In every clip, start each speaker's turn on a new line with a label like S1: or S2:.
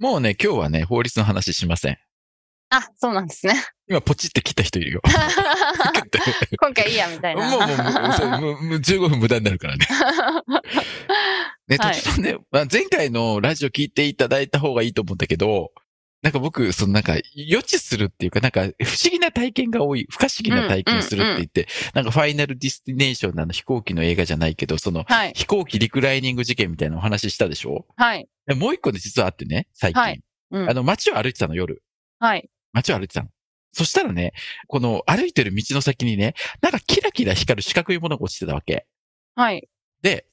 S1: もうね、今日はね、法律の話しません。
S2: あ、そうなんですね。
S1: 今、ポチって切った人いるよ。切って
S2: 今回いいや、みたい
S1: も
S2: な。
S1: う、もうもうそう、もうもう15分無駄になるから ね。ね、
S2: はい
S1: 途中でね、まあ前回のラジオ聞いていただいた方がいいと思うんだけど、なんか僕、そのなんか、予知するっていうか、なんか、不思議な体験が多い、不可思議な体験をするって言って、なんか、ファイナルディスティネーションなの飛行機の映画じゃないけど、その、
S2: はい、
S1: 飛行機リクライニング事件みたいなお話したでしょ
S2: はい、
S1: でもう一個で実はあってね、最近。
S2: はいうん
S1: あの、街を歩いてたの、夜。
S2: はい。
S1: 街を歩いてたの。そしたらね、この歩いてる道の先にね、なんかキラキラ光る四角いものが落ちてたわけ。
S2: はい。
S1: で、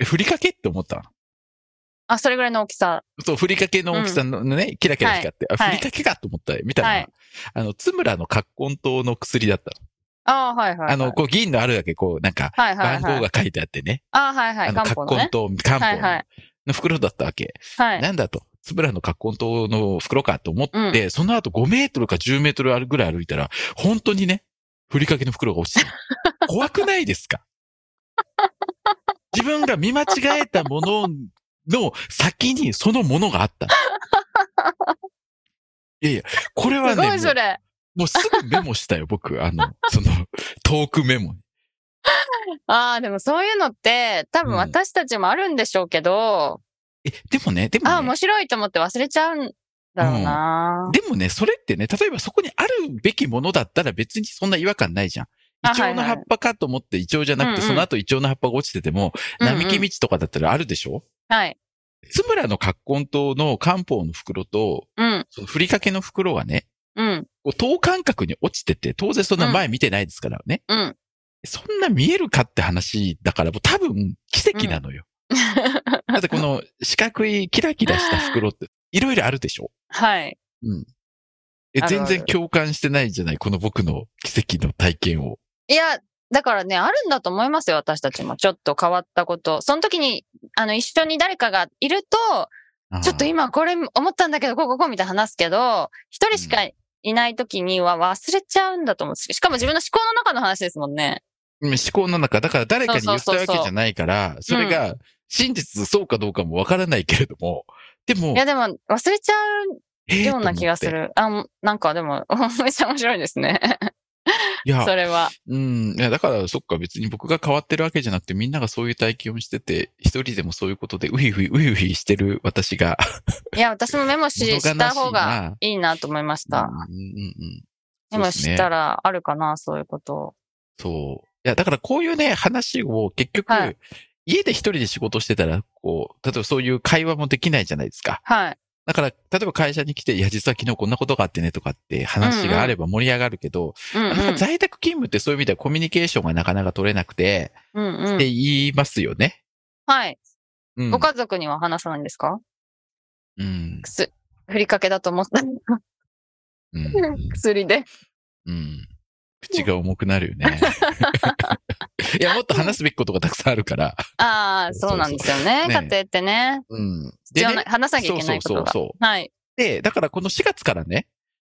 S1: えふりかけって思ったの。
S2: あ、それぐらいの大きさ。
S1: そう、ふりかけの大きさのね、キラキラ光って、あ、
S2: はい
S1: ふりかけかと思ったよ。見たら、
S2: はい
S1: あの、津村の葛根糖の薬だった
S2: あーはい、はい。
S1: の。あの、、こう、銀のあるだけ、こう、なんか、
S2: はい、
S1: 番
S2: はい、
S1: 号
S2: はい。
S1: が書いてあってね。
S2: あーはい、は
S1: あ
S2: い。
S1: の、
S2: 漢
S1: 葛
S2: 方の
S1: 根
S2: ね。
S1: 糖、漢
S2: はい、は
S1: 方
S2: い。
S1: の袋だったわけ。
S2: はい。
S1: なんだと。つぶらの格好糖の袋かと思って、その後5メートルか10メートルぐらい歩いたら、本当にね、ふりかけの袋が落ち てる。怖くないですか自分が見間違えたものの先にそのものがあった。いやいや、これは
S2: す
S1: ね、
S2: ごい、
S1: も
S2: そうれ。
S1: もうすぐメモしたよ、僕。あの、その、トークメモに。
S2: ああ、でもそういうのって、多
S1: う
S2: 分
S1: ん
S2: 私たちもあるんでしょうけど、
S1: え、でもね、で
S2: ああ、
S1: もね
S2: 面、白いと思って忘れちゃうんだろうな。
S1: でもね、それってね、例えばそこにあるべきものだったら別にそんな違和感ないじゃん。イ
S2: あ
S1: チョウの
S2: はい
S1: 葉
S2: はい
S1: っぱかと思ってイチョウじゃなくて、
S2: うんうん
S1: その後イチョウの葉っぱが落ちてても、
S2: うんうん
S1: 並木道とかだったらあるでしょ
S2: はい。
S1: 津村の葛根糖の漢方の袋と、
S2: うん、
S1: そのふりかけの袋がね、
S2: うん、
S1: こう等間隔に落ちてて、当然そんな前見てないですからね。
S2: うん。
S1: そんな見えるかって話だから、もう多分奇跡なのよ。だってこの四角いキラキラした袋って、いろいろあるでしょ
S2: はい。
S1: え、
S2: あるあ
S1: 全
S2: る
S1: 然共感してないじゃないこの僕の奇跡の体験を。
S2: いや、だからね、あるんだと思いますよ、私たちも。ちょっと変わったこと。その時に、あの、一緒に誰かがいると、ちょっと
S1: あー
S2: 今これ思ったんだけど、こうこうこうみたいな話すけど、一人しかいない時には忘れちゃうんだと思う。しかも自分の思考の中の話ですもんね。
S1: うん思考の中、だから誰かに言った
S2: そうそ
S1: わ
S2: うそう
S1: け
S2: そう
S1: じゃないから、それが真実そうかどうかもわからないけれども、でも
S2: いや、、でも忘れちゃう
S1: えー
S2: ような気がす。
S1: と思って
S2: る。あ、もうなんかでも、 めっちゃ面白いですね。
S1: いや
S2: そ、れは。
S1: うん、いや、だからそっか別に僕が変わってるわけじゃなくて、みんながそういう体験をしてて、一人でもそういうことでウヒウヒ、ウヒウヒしてる私が、
S2: いや、私もメモし
S1: 物悲しい
S2: し
S1: な
S2: た方がいいなと思いまし
S1: うん
S2: た。
S1: うんうん。
S2: メ
S1: そう
S2: モ
S1: です
S2: し
S1: ね
S2: たらあるかな、そういうこと。
S1: そう。いや、だからこういうね、話を結局、
S2: はい
S1: 家で一人で仕事してたら、こう、例えばそういう会話もできないじゃないですか。
S2: はい。
S1: だから、例えば会社に来て、いや、実は昨日こんなことがあってねとかって話があれば盛り上がるけど、
S2: うんうん。
S1: なんか在宅勤務ってそういう意味ではコミュニケーションがなかなか取れなくて、
S2: うんう
S1: って
S2: ん、
S1: 言いますよね。
S2: はい。
S1: うん。
S2: ご家族には話さないんですか
S1: うん。
S2: 薬、ふりかけだと思った
S1: うん。
S2: 薬で。
S1: うん。口が重くなるよ ね。いや、もっと話すべきことがたくさんあるから。
S2: ああ、そうなんですよね。
S1: ね
S2: 家庭ってね。
S1: うん。
S2: 必
S1: で
S2: 要
S1: ね
S2: な、話さなきゃいけないこと
S1: そうそうそう
S2: が。
S1: そう。
S2: はい。
S1: で、だからこの4月からね、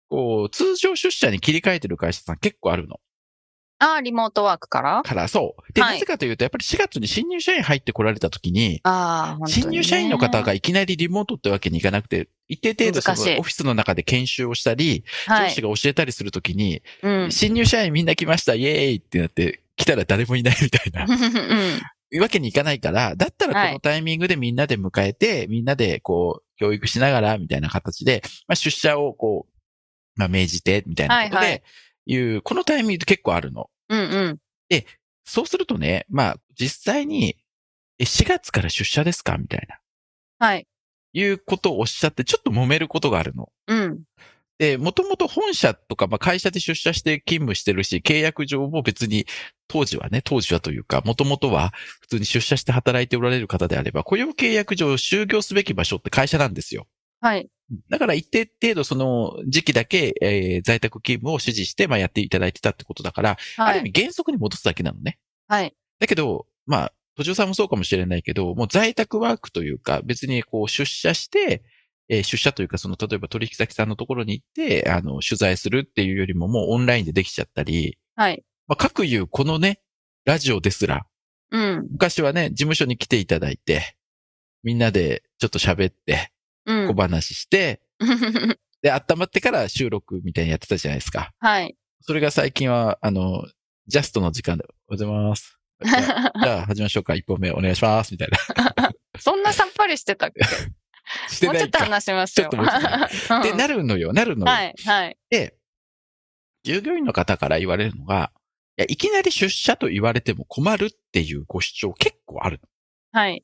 S1: こう、通常出社に切り替えてる会社さん結構あるの。
S2: ああ、リモートワークから
S1: から、そう。で、
S2: はい
S1: なぜかというと、やっぱり4月に新入社員入ってこられた時に、
S2: ああ、本当にね
S1: 新入社員の方、がいきなりリモートってわけにいかなくて、一定程度そ
S2: 難しい
S1: のオフィスの中で研修をしたり、
S2: は
S1: 上
S2: い
S1: 司。が教えたりするときに、
S2: うん。うん
S1: 新入社員みんな来ました、イエーイってなって、来たら誰もいないみたいな。 わけにいかないから、だったら
S2: はい
S1: このタイミングでみんなで迎えて、みんなでこう、教育しながら、みたいな形で、まあ、出社をこう、まあ、命じて、みたいなこと
S2: はいは
S1: で、いう、このタイミングって結構あるの。
S2: うんうん。
S1: そうするとね、まあ、実際に、え、4月から出社ですかみたいな、
S2: はい。
S1: いうことをおっしゃって、ちょっと揉めることがあるの。
S2: うん。
S1: で、もともと本社とか、まあ、会社で出社して勤務してるし、契約上も別に、当時はね、当時はというか、もともとは普通に出社して働いておられる方であれば、雇用契約上就業すべき場所って会社なんですよ。
S2: はい。
S1: だから一定程度その時期だけ、えー在宅勤務を指示して、まあ、やっていただいてたってことだから、あ
S2: は
S1: る意
S2: い。
S1: 味原則に戻すだけなのね。
S2: はい。
S1: だけど、まあ、途中さんもそうかもしれないけど、もう在宅ワークというか、別にこう出社して、えー出社というか、その、例えば取引先さんのところに行って、あの、取材するっていうよりももうオンラインでできちゃったり、
S2: はい。
S1: まあ、各言うこのね、ラジオですら、
S2: うん。
S1: 昔はね、事務所に来ていただいて、みんなでちょっと喋って、
S2: う
S1: 小
S2: ん。
S1: 話して、で、温まってから収録みたいにやってたじゃないですか。
S2: はい。
S1: それが最近は、あの、ジャストの時間で、おはようござい ます。じゃあじゃあ始めましょうか。一本目お願いします。みたいな。
S2: そんなさっぱりしてたっけ
S1: して
S2: もう
S1: な
S2: ちょっ
S1: い
S2: と
S1: か。
S2: 話しますよ。
S1: ちょっともうちょっと
S2: うん
S1: で、なるのよ、なるのよ。
S2: はい。はい。
S1: で、従業員の方から言われるのが、いや、いきなり出社と言われても困るっていうご主張結構ある。
S2: はい。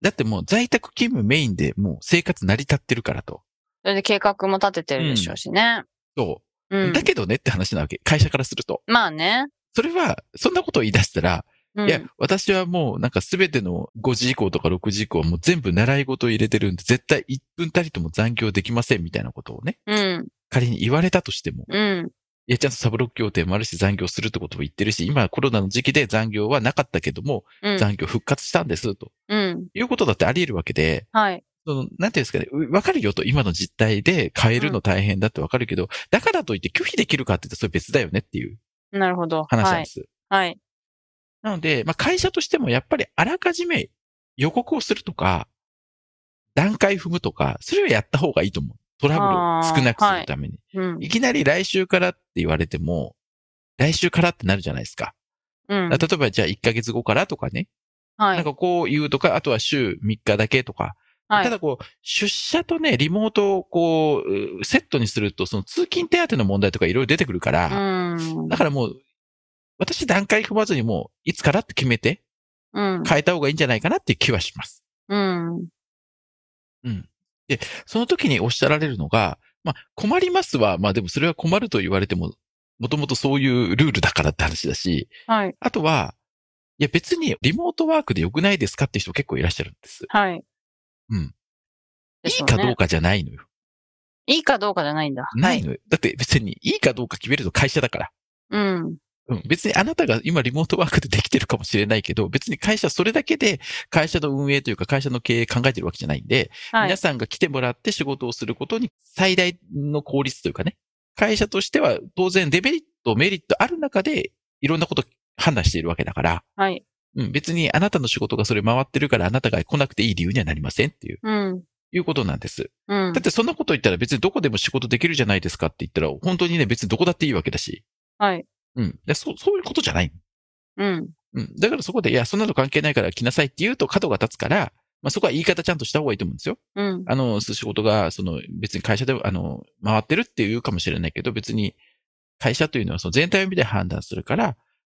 S1: だってもう在宅勤務メインでもう生活成り立ってるからと。
S2: それで計画も立ててるでしょうしね。
S1: そうう。
S2: ん
S1: だ。けどねって話なわけ。会社からすると。
S2: まあね。
S1: それは、そんなことを言い出したら、
S2: うん
S1: いや、私はもうなんかすべての5時以降とか6時以降はもう全部習い事を入れてるんで、絶対1分たりとも残業できませんみたいなことをね、
S2: うん。
S1: 仮に言われたとしても、
S2: うん。
S1: いや、ちゃんとサブロック協定もあるし、残業するってことも言ってるし、今コロナの時期で残業はなかったけども、
S2: うん。
S1: 残業復活したんです、と
S2: うん。
S1: いうことだってあり得るわけで、
S2: はい。
S1: その、なんていうんですかね、うわかるよと、今の実態で変えるの大変だってわかるけど、だからといって拒否できるかって言ってそれ別だよねっていう
S2: なるほど。
S1: 話なん
S2: は
S1: で
S2: い。
S1: す。
S2: はい。
S1: なので、まあ、会社としてもやっぱりあらかじめ予告をするとか、段階踏むとか、それはやった方がいいと思う。トラブルを少なくするために。
S2: うん
S1: い、。きなり来週からって言われても、来週からってなるじゃないですか。
S2: うん
S1: 例。えばじゃあ1ヶ月後からとかね。
S2: は
S1: なん
S2: い。
S1: かこう言うとか、あとは週3日だけとか。
S2: は
S1: た
S2: い。
S1: だこう、出社とね、リモートをこう、セットにすると、その通勤手当の問題とかいろいろ出てくるから、
S2: うん
S1: だ。からもう、私段階踏まずにもう、いつからって決めて、
S2: うん。
S1: 変えた方がいいんじゃないかなっていう気はします。
S2: うん。
S1: その時におっしゃられるのが、まあ、困りますは、まあでもそれは困ると言われても、もともとそういうルールだからって話だし、
S2: はい。
S1: あとは、いや別にリモートワークで良くないですかって人結構いらっしゃるんです。
S2: はい。
S1: うん。
S2: でし
S1: いい
S2: ょ
S1: か
S2: ね
S1: どうかじゃないのよ。
S2: いいかどうかじゃないんだ。
S1: ない。のよ。だって別にいいかどうか決めるの会社だから。
S2: うん。
S1: うん、別にあなたが今リモートワークでできてるかもしれないけど、別に会社それだけで会社の運営というか会社の経営考えてるわけじゃないんで、
S2: は
S1: 皆
S2: い。
S1: さんが来てもらって仕事をすることに最大の効率というかね、会社としては当然デメリット、メリットある中でいろんなこと判断しているわけだから、
S2: はい。
S1: うん、別にあなたの仕事がそれ回ってるからあなたが来なくていい理由にはなりませんっていう、
S2: うん。
S1: いうことなんです。
S2: うん
S1: だっ。てそんなこと言ったら別にどこでも仕事できるじゃないですかって言ったら本当にね別にどこだっていいわけだし、
S2: はい。
S1: うん、でそうそういうことじゃない。
S2: うん。
S1: うん、だからそこで、いや、そんなの関係ないから来なさいって言うと角が立つから、まあ、そこは言い方ちゃんとした方がいいと思うんですよ。
S2: うん。
S1: あの、仕事が、その、別に会社で、あの、回ってるっていうかもしれないけど、別に、会社というのはその全体を見て判断するから、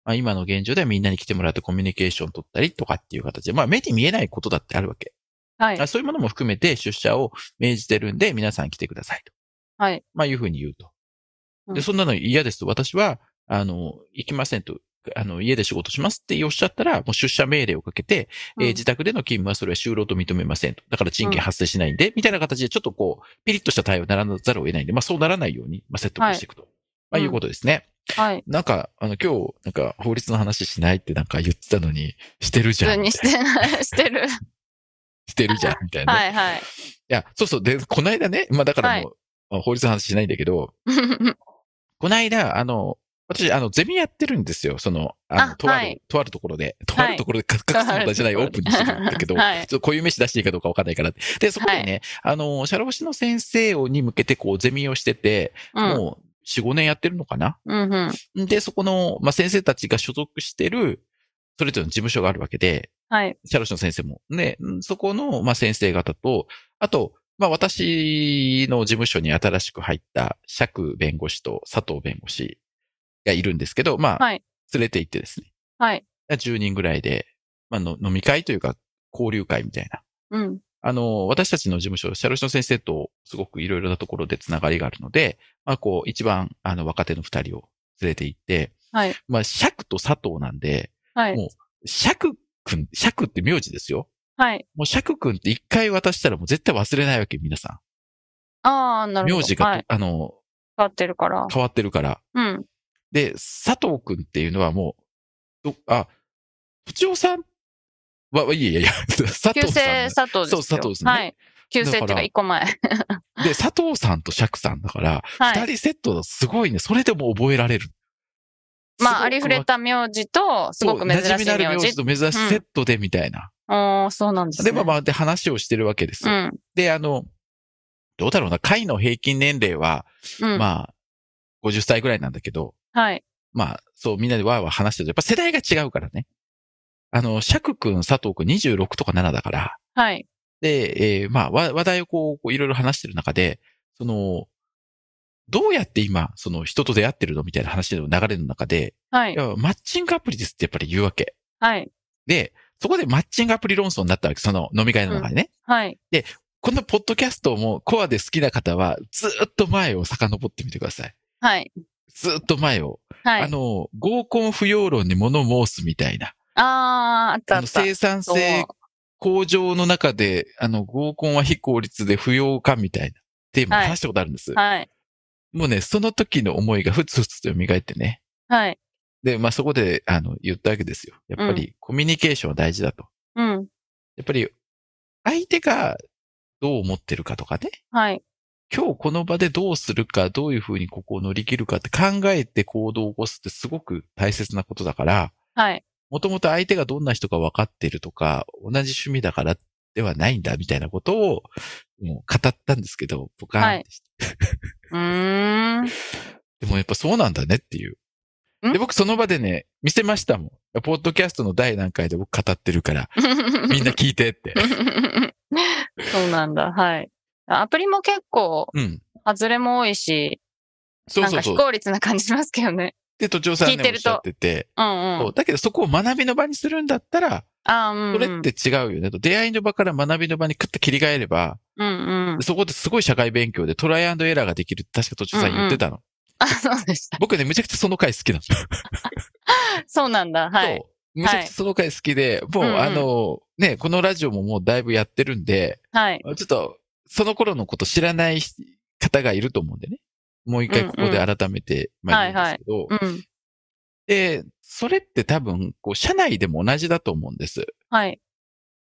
S1: まあ、今の現状ではみんなに来てもらってコミュニケーション取ったりとかっていう形で、まあ、目に見えないことだってあるわけ。
S2: はい
S1: あ。そういうものも含めて出社を命じてるんで、皆さん来てくださいと。
S2: はい。
S1: まあ、いうふうに言うと。
S2: う
S1: で、
S2: ん
S1: そんなの嫌ですと、私は、あの、行きませんと、あの、家で仕事しますっておっしゃったら、もう出社命令をかけて、えー自宅での勤務はそれは就労と認めませんと。だから賃金発生しないんで、みたいな形でちょっとこう、ピリッとした対応にならざるを得ないんで、まあそうならないように、まあ説得していくと。まあいうことですね。
S2: はい。
S1: なんか、あの、今日、なんか法律の話しないってなんか言ってたのに、してるじ
S2: 普
S1: ゃ
S2: 通
S1: ん。
S2: に
S1: み
S2: した
S1: いな
S2: てない、してる。
S1: してるじゃん、みたいなね、い。
S2: はいはい。
S1: や、そうそう。で、こないだね、まあだからもう、まあ法律の話しないんだけど、こないだ、あの、私、あの、ゼミやってるんですよ。その、あの、
S2: あ
S1: とある、
S2: はい
S1: とあるところで、とあると ころで、か隠す問題じゃない、オー
S2: とある
S1: プ
S2: と
S1: ン
S2: ころで
S1: にしてるんだけど、
S2: はい
S1: ちょっとこういう飯出していいかどうかわかんないから。で、そこでね、あの、社労士の先生をに向けて、こう、ゼミをしてて、
S2: うん。
S1: もう、4、5年やってるのかな
S2: うんうん。
S1: で、そこの、まあ、先生たちが所属してる、それぞれの事務所があるわけで、
S2: はい。
S1: 社労士の先生も。ね、んそこの、まあ、先生方と、あと、まあ、私の事務所に新しく入った釈弁護士と佐藤弁護士がいるんですけど、まあ、
S2: はい。
S1: 連れて行ってですね。
S2: はい。
S1: 10人ぐらいで、まあ、の飲み会というか、交流会みたいな
S2: うん。
S1: あの、私たちの事務所、社労士の先生とすごくいろいろなところでつながりがあるので、まあこう、一番、あの、若手の二人を連れて行って、
S2: はい。
S1: まあ、釈と佐藤なんで、
S2: はい。
S1: もう、釈くん、釈って名字ですよ。
S2: はい。
S1: もう釈くんって一回渡したらもう絶対忘れないわけ、皆さ。
S2: ああ、なんるほ
S1: 名
S2: ど。
S1: 字が、
S2: はい。
S1: あの、
S2: 変わってるから。
S1: 変わってるから。
S2: うん。
S1: で、佐藤くんっていうのはもう、どあ、とちおさんは、はいやいやいや、佐
S2: 旧
S1: 藤さん
S2: 姓
S1: ね。
S2: 佐藤ですよ。
S1: そう佐藤ですね
S2: はい。旧姓って
S1: だ
S2: いう
S1: か
S2: から一個前。
S1: で、佐藤さんと釈さんだから、
S2: はい。
S1: 二人セットだとすごいね、それでも覚えられる。
S2: まあ、ありふれた名字と、すごく
S1: そ
S2: 珍
S1: う馴染
S2: し
S1: み
S2: い
S1: のある
S2: 名
S1: 名
S2: 字
S1: 字。と珍しいセットでみたいな。
S2: おー、そうなんですね。
S1: で、まあまあ、で話をしてるわけですよ。
S2: うん。
S1: で、あの、どうだろうな、会の平均年齢は、
S2: うん。
S1: まあ、50歳ぐらいなんだけど、
S2: はい。
S1: まあ、そう、みんなでわーわー話してると、やっぱ世代が違うからね。あの、釈くん、佐藤くん26とか7だから、
S2: はい。
S1: で、えーまあ、わ話題をこうこう、いろいろ話してる中で、その、どうやって今、その人と出会ってるのみたいな話の流れの中で、
S2: はいい。
S1: やマッチングアプリですってやっぱり言うわけ。
S2: はい。
S1: で、そこでマッチングアプリ論争になったわけ、その飲み会の中でね。
S2: はい。
S1: このポッドキャストもコアで好きな方は、ずーっと前を遡ってみてください。
S2: はい。
S1: ずーっと前を。
S2: は
S1: あ
S2: い。
S1: の、合コン不要論に物申すみたいな。
S2: あー、あったあ
S1: あの
S2: った。
S1: 生産性向上の中で、あの、合コンは非効率で不要かみたいなテーマ
S2: は
S1: で
S2: い
S1: 話したことあるんです。
S2: はい。
S1: もうね、その時の思いがふつふつと蘇ってね。
S2: はい。
S1: で、まあ、そこで、あの、言ったわけですよ。やっぱり、コミュニケーションは大事だと。
S2: うん。
S1: やっぱり、相手がどう思ってるかとかね。
S2: はい。
S1: 今日この場でどうするか、どういうふうにここを乗り切るかって考えて行動を起こすってすごく大切なことだから、
S2: はい。
S1: もともと相手がどんな人か分かってるとか、同じ趣味だからではないんだみたいなことをもう語ったんですけど、僕は、
S2: はいうん。 は
S1: でもやっぱそうなんだねっていう。
S2: ん
S1: で、僕その場でね、見せましたもん。ポッドキャストの第何回で僕語ってるから、みんな聞いてって。
S2: そうなんだ。はい。アプリも結構、
S1: うん。
S2: 外れも多いし、
S1: そう
S2: なん
S1: そ
S2: か
S1: うそ
S2: 非
S1: う。
S2: 効率な感じしますけどね。
S1: で、都庁さんね、
S2: 聞い
S1: お
S2: て
S1: っ
S2: る
S1: し
S2: と
S1: ゃってて、
S2: うんう。
S1: そうんだけどそこを学びの場にするんだったら、
S2: あーうん、うん。
S1: それって違うよねと。出会いの場から学びの場にクッと切り替えれば、
S2: うん うん。
S1: そこですごい社会勉強でトライアンドエラーができるって確か途中さん言ってたの。
S2: あ、そうでした。
S1: 僕ね、むちゃくちゃその回好きなの。
S2: そうなんだ。はい。
S1: そうむちゃくちゃその回好きで、もう、
S2: うんうん
S1: あの、ね、このラジオももうだいぶやってるんで、
S2: はい。
S1: ちょっと、その頃のこと知らない方がいると思うんでね。もう一回ここで改めて、まあ言うんですけど、
S2: うん。
S1: で、それって多分、こう、社内でも同じだと思うんです。
S2: はい。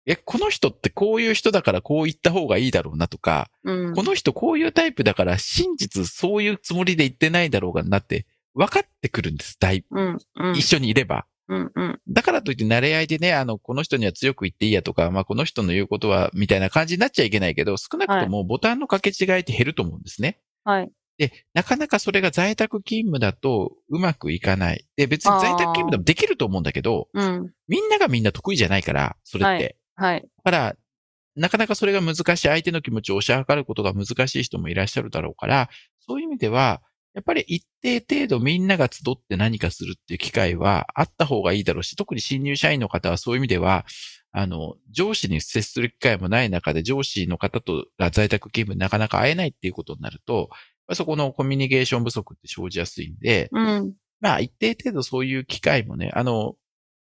S1: え、この人ってこういう人だからこう言った方がいいだろうなとか、
S2: うん
S1: こ。の人こういうタイプだから真実そういうつもりで言ってないだろうがなって分かってくるんです。だい
S2: うん。うん
S1: 一。緒にいれば。
S2: うん。うん。
S1: だからといって慣れ合いでね、あの、この人には強く言っていいやとか、まあ、この人の言うことは、みたいな感じになっちゃいけないけど、少なくともボタンの掛け違いって減ると思うんですね。
S2: はい。
S1: で、なかなかそれが在宅勤務だとうまくいかない。で、別に在宅勤務でもできると思うんだけど、
S2: うん。
S1: みんながみんな得意じゃないから、それって。
S2: はいはい。
S1: だから、なかなかそれが難しい、相手の気持ちを押し量ることが難しい人もいらっしゃるだろうから、そういう意味では、やっぱり一定程度みんなが集って何かするっていう機会はあった方がいいだろうし、特に新入社員の方はそういう意味では、あの、上司に接する機会もない中で上司の方とが在宅勤務でなかなか会えないっていうことになると、そこのコミュニケーション不足って生じやすいんで、
S2: うん。
S1: まあ一定程度そういう機会もね、あの、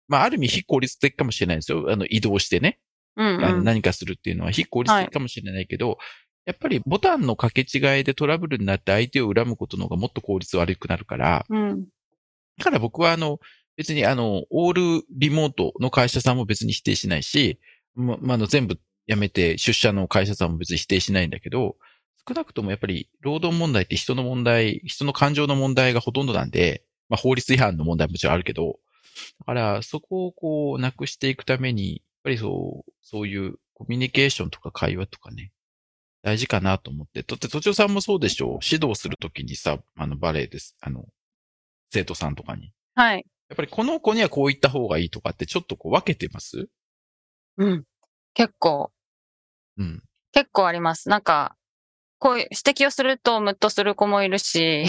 S1: まあある意味非効率的かもしれないですよ。あの移動してね。
S2: うん。
S1: あの
S2: うん。
S1: 何かするっていうのは非効率的かもしれないけど、やっぱりボタンの掛け違いでトラブルになって相手を恨むことの方がもっと効率悪くなるから、
S2: うん。
S1: だから僕はあの、別にあの、オールリモートの会社さんも別に否定しないし、ま、まあ、あの、全部辞めて出社の会社さんも別に否定しないんだけど、少なくともやっぱり労働問題って人の問題、人の感情の問題がほとんどなんで、まあ、法律違反の問題ももちろんあるけど、だからそこをこうなくしていくために、やっぱりそう、そういうコミュニケーションとか会話とかね、大事かなと思って。だって、都庁さんもそうでしょう指導するときにさ、あの、バレエです。あの、生徒さんとかに。
S2: はい。
S1: やっぱりこの子にはこう言った方がいいとかってちょっとこう分けてます
S2: うん。結構、
S1: うん。
S2: 結構あります。なんか、こういう指摘をするとムッとする子もいるし、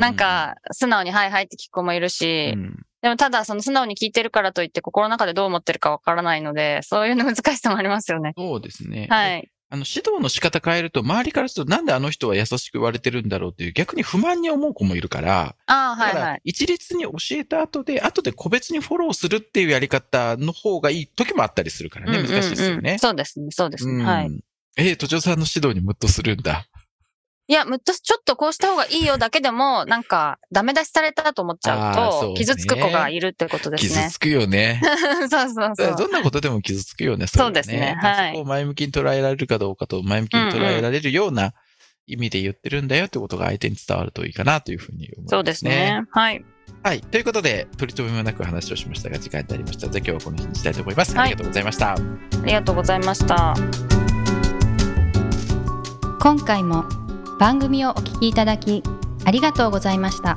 S2: なんか、素直にはいはいって聞く子もいるし、
S1: うん、
S2: でもただ、その素直に聞いてるからといって心の中でどう思ってるかわからないので、そういうの難しさもありますよね。
S1: そうです ね。。
S2: はいい。
S1: あの、指導の仕方変えると、周りからすると、なんであの人は優しく言われてるんだろうっていう、逆に不満に思う子もいるから、
S2: ああ、
S1: だ
S2: はい
S1: か
S2: は
S1: ら
S2: い。
S1: 一律に教えた後で、後で個別にフォローするっていうやり方の方がいい時もあったりするからね、
S2: うんうんう
S1: 難
S2: ん
S1: しいですよね。
S2: そうですね、そうです
S1: う
S2: ね。
S1: ん
S2: はい。。
S1: えー、都庁さんの指導にムッとするんだ。
S2: いや、むっと、ちょっとこうした方がいいよだけでも、なんか、ダメ出しされたと思っちゃ
S1: あー
S2: う
S1: そう
S2: と、
S1: ね
S2: 傷つく子がいるってことです
S1: 傷
S2: ね。
S1: つくよね。
S2: そうそう
S1: だか
S2: そ
S1: ら
S2: う。
S1: どんなことでも傷つくよね。れは
S2: そうですねはい
S1: そこを前向きに捉えられるかどうかと、前向きに捉えられるような意味で言ってるんだよってことが相手に伝わるといいかなというふうに思いますね。
S2: そうです。ね。はい。
S1: はい。ということで、取り留めもなく話をしましたが、時間になりましたので、今日はこの日にしたいと思います。
S2: は
S1: あり
S2: い
S1: がとうございました。
S2: ありがとうございました。
S3: 今回も番組をお聞きいただきありがとうございました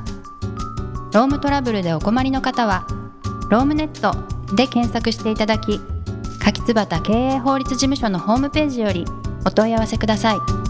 S3: ロームトラブルでお困りの方は「ロームネット」で検索していただき柿椿経営法律事務所のホームページよりお問い合わせください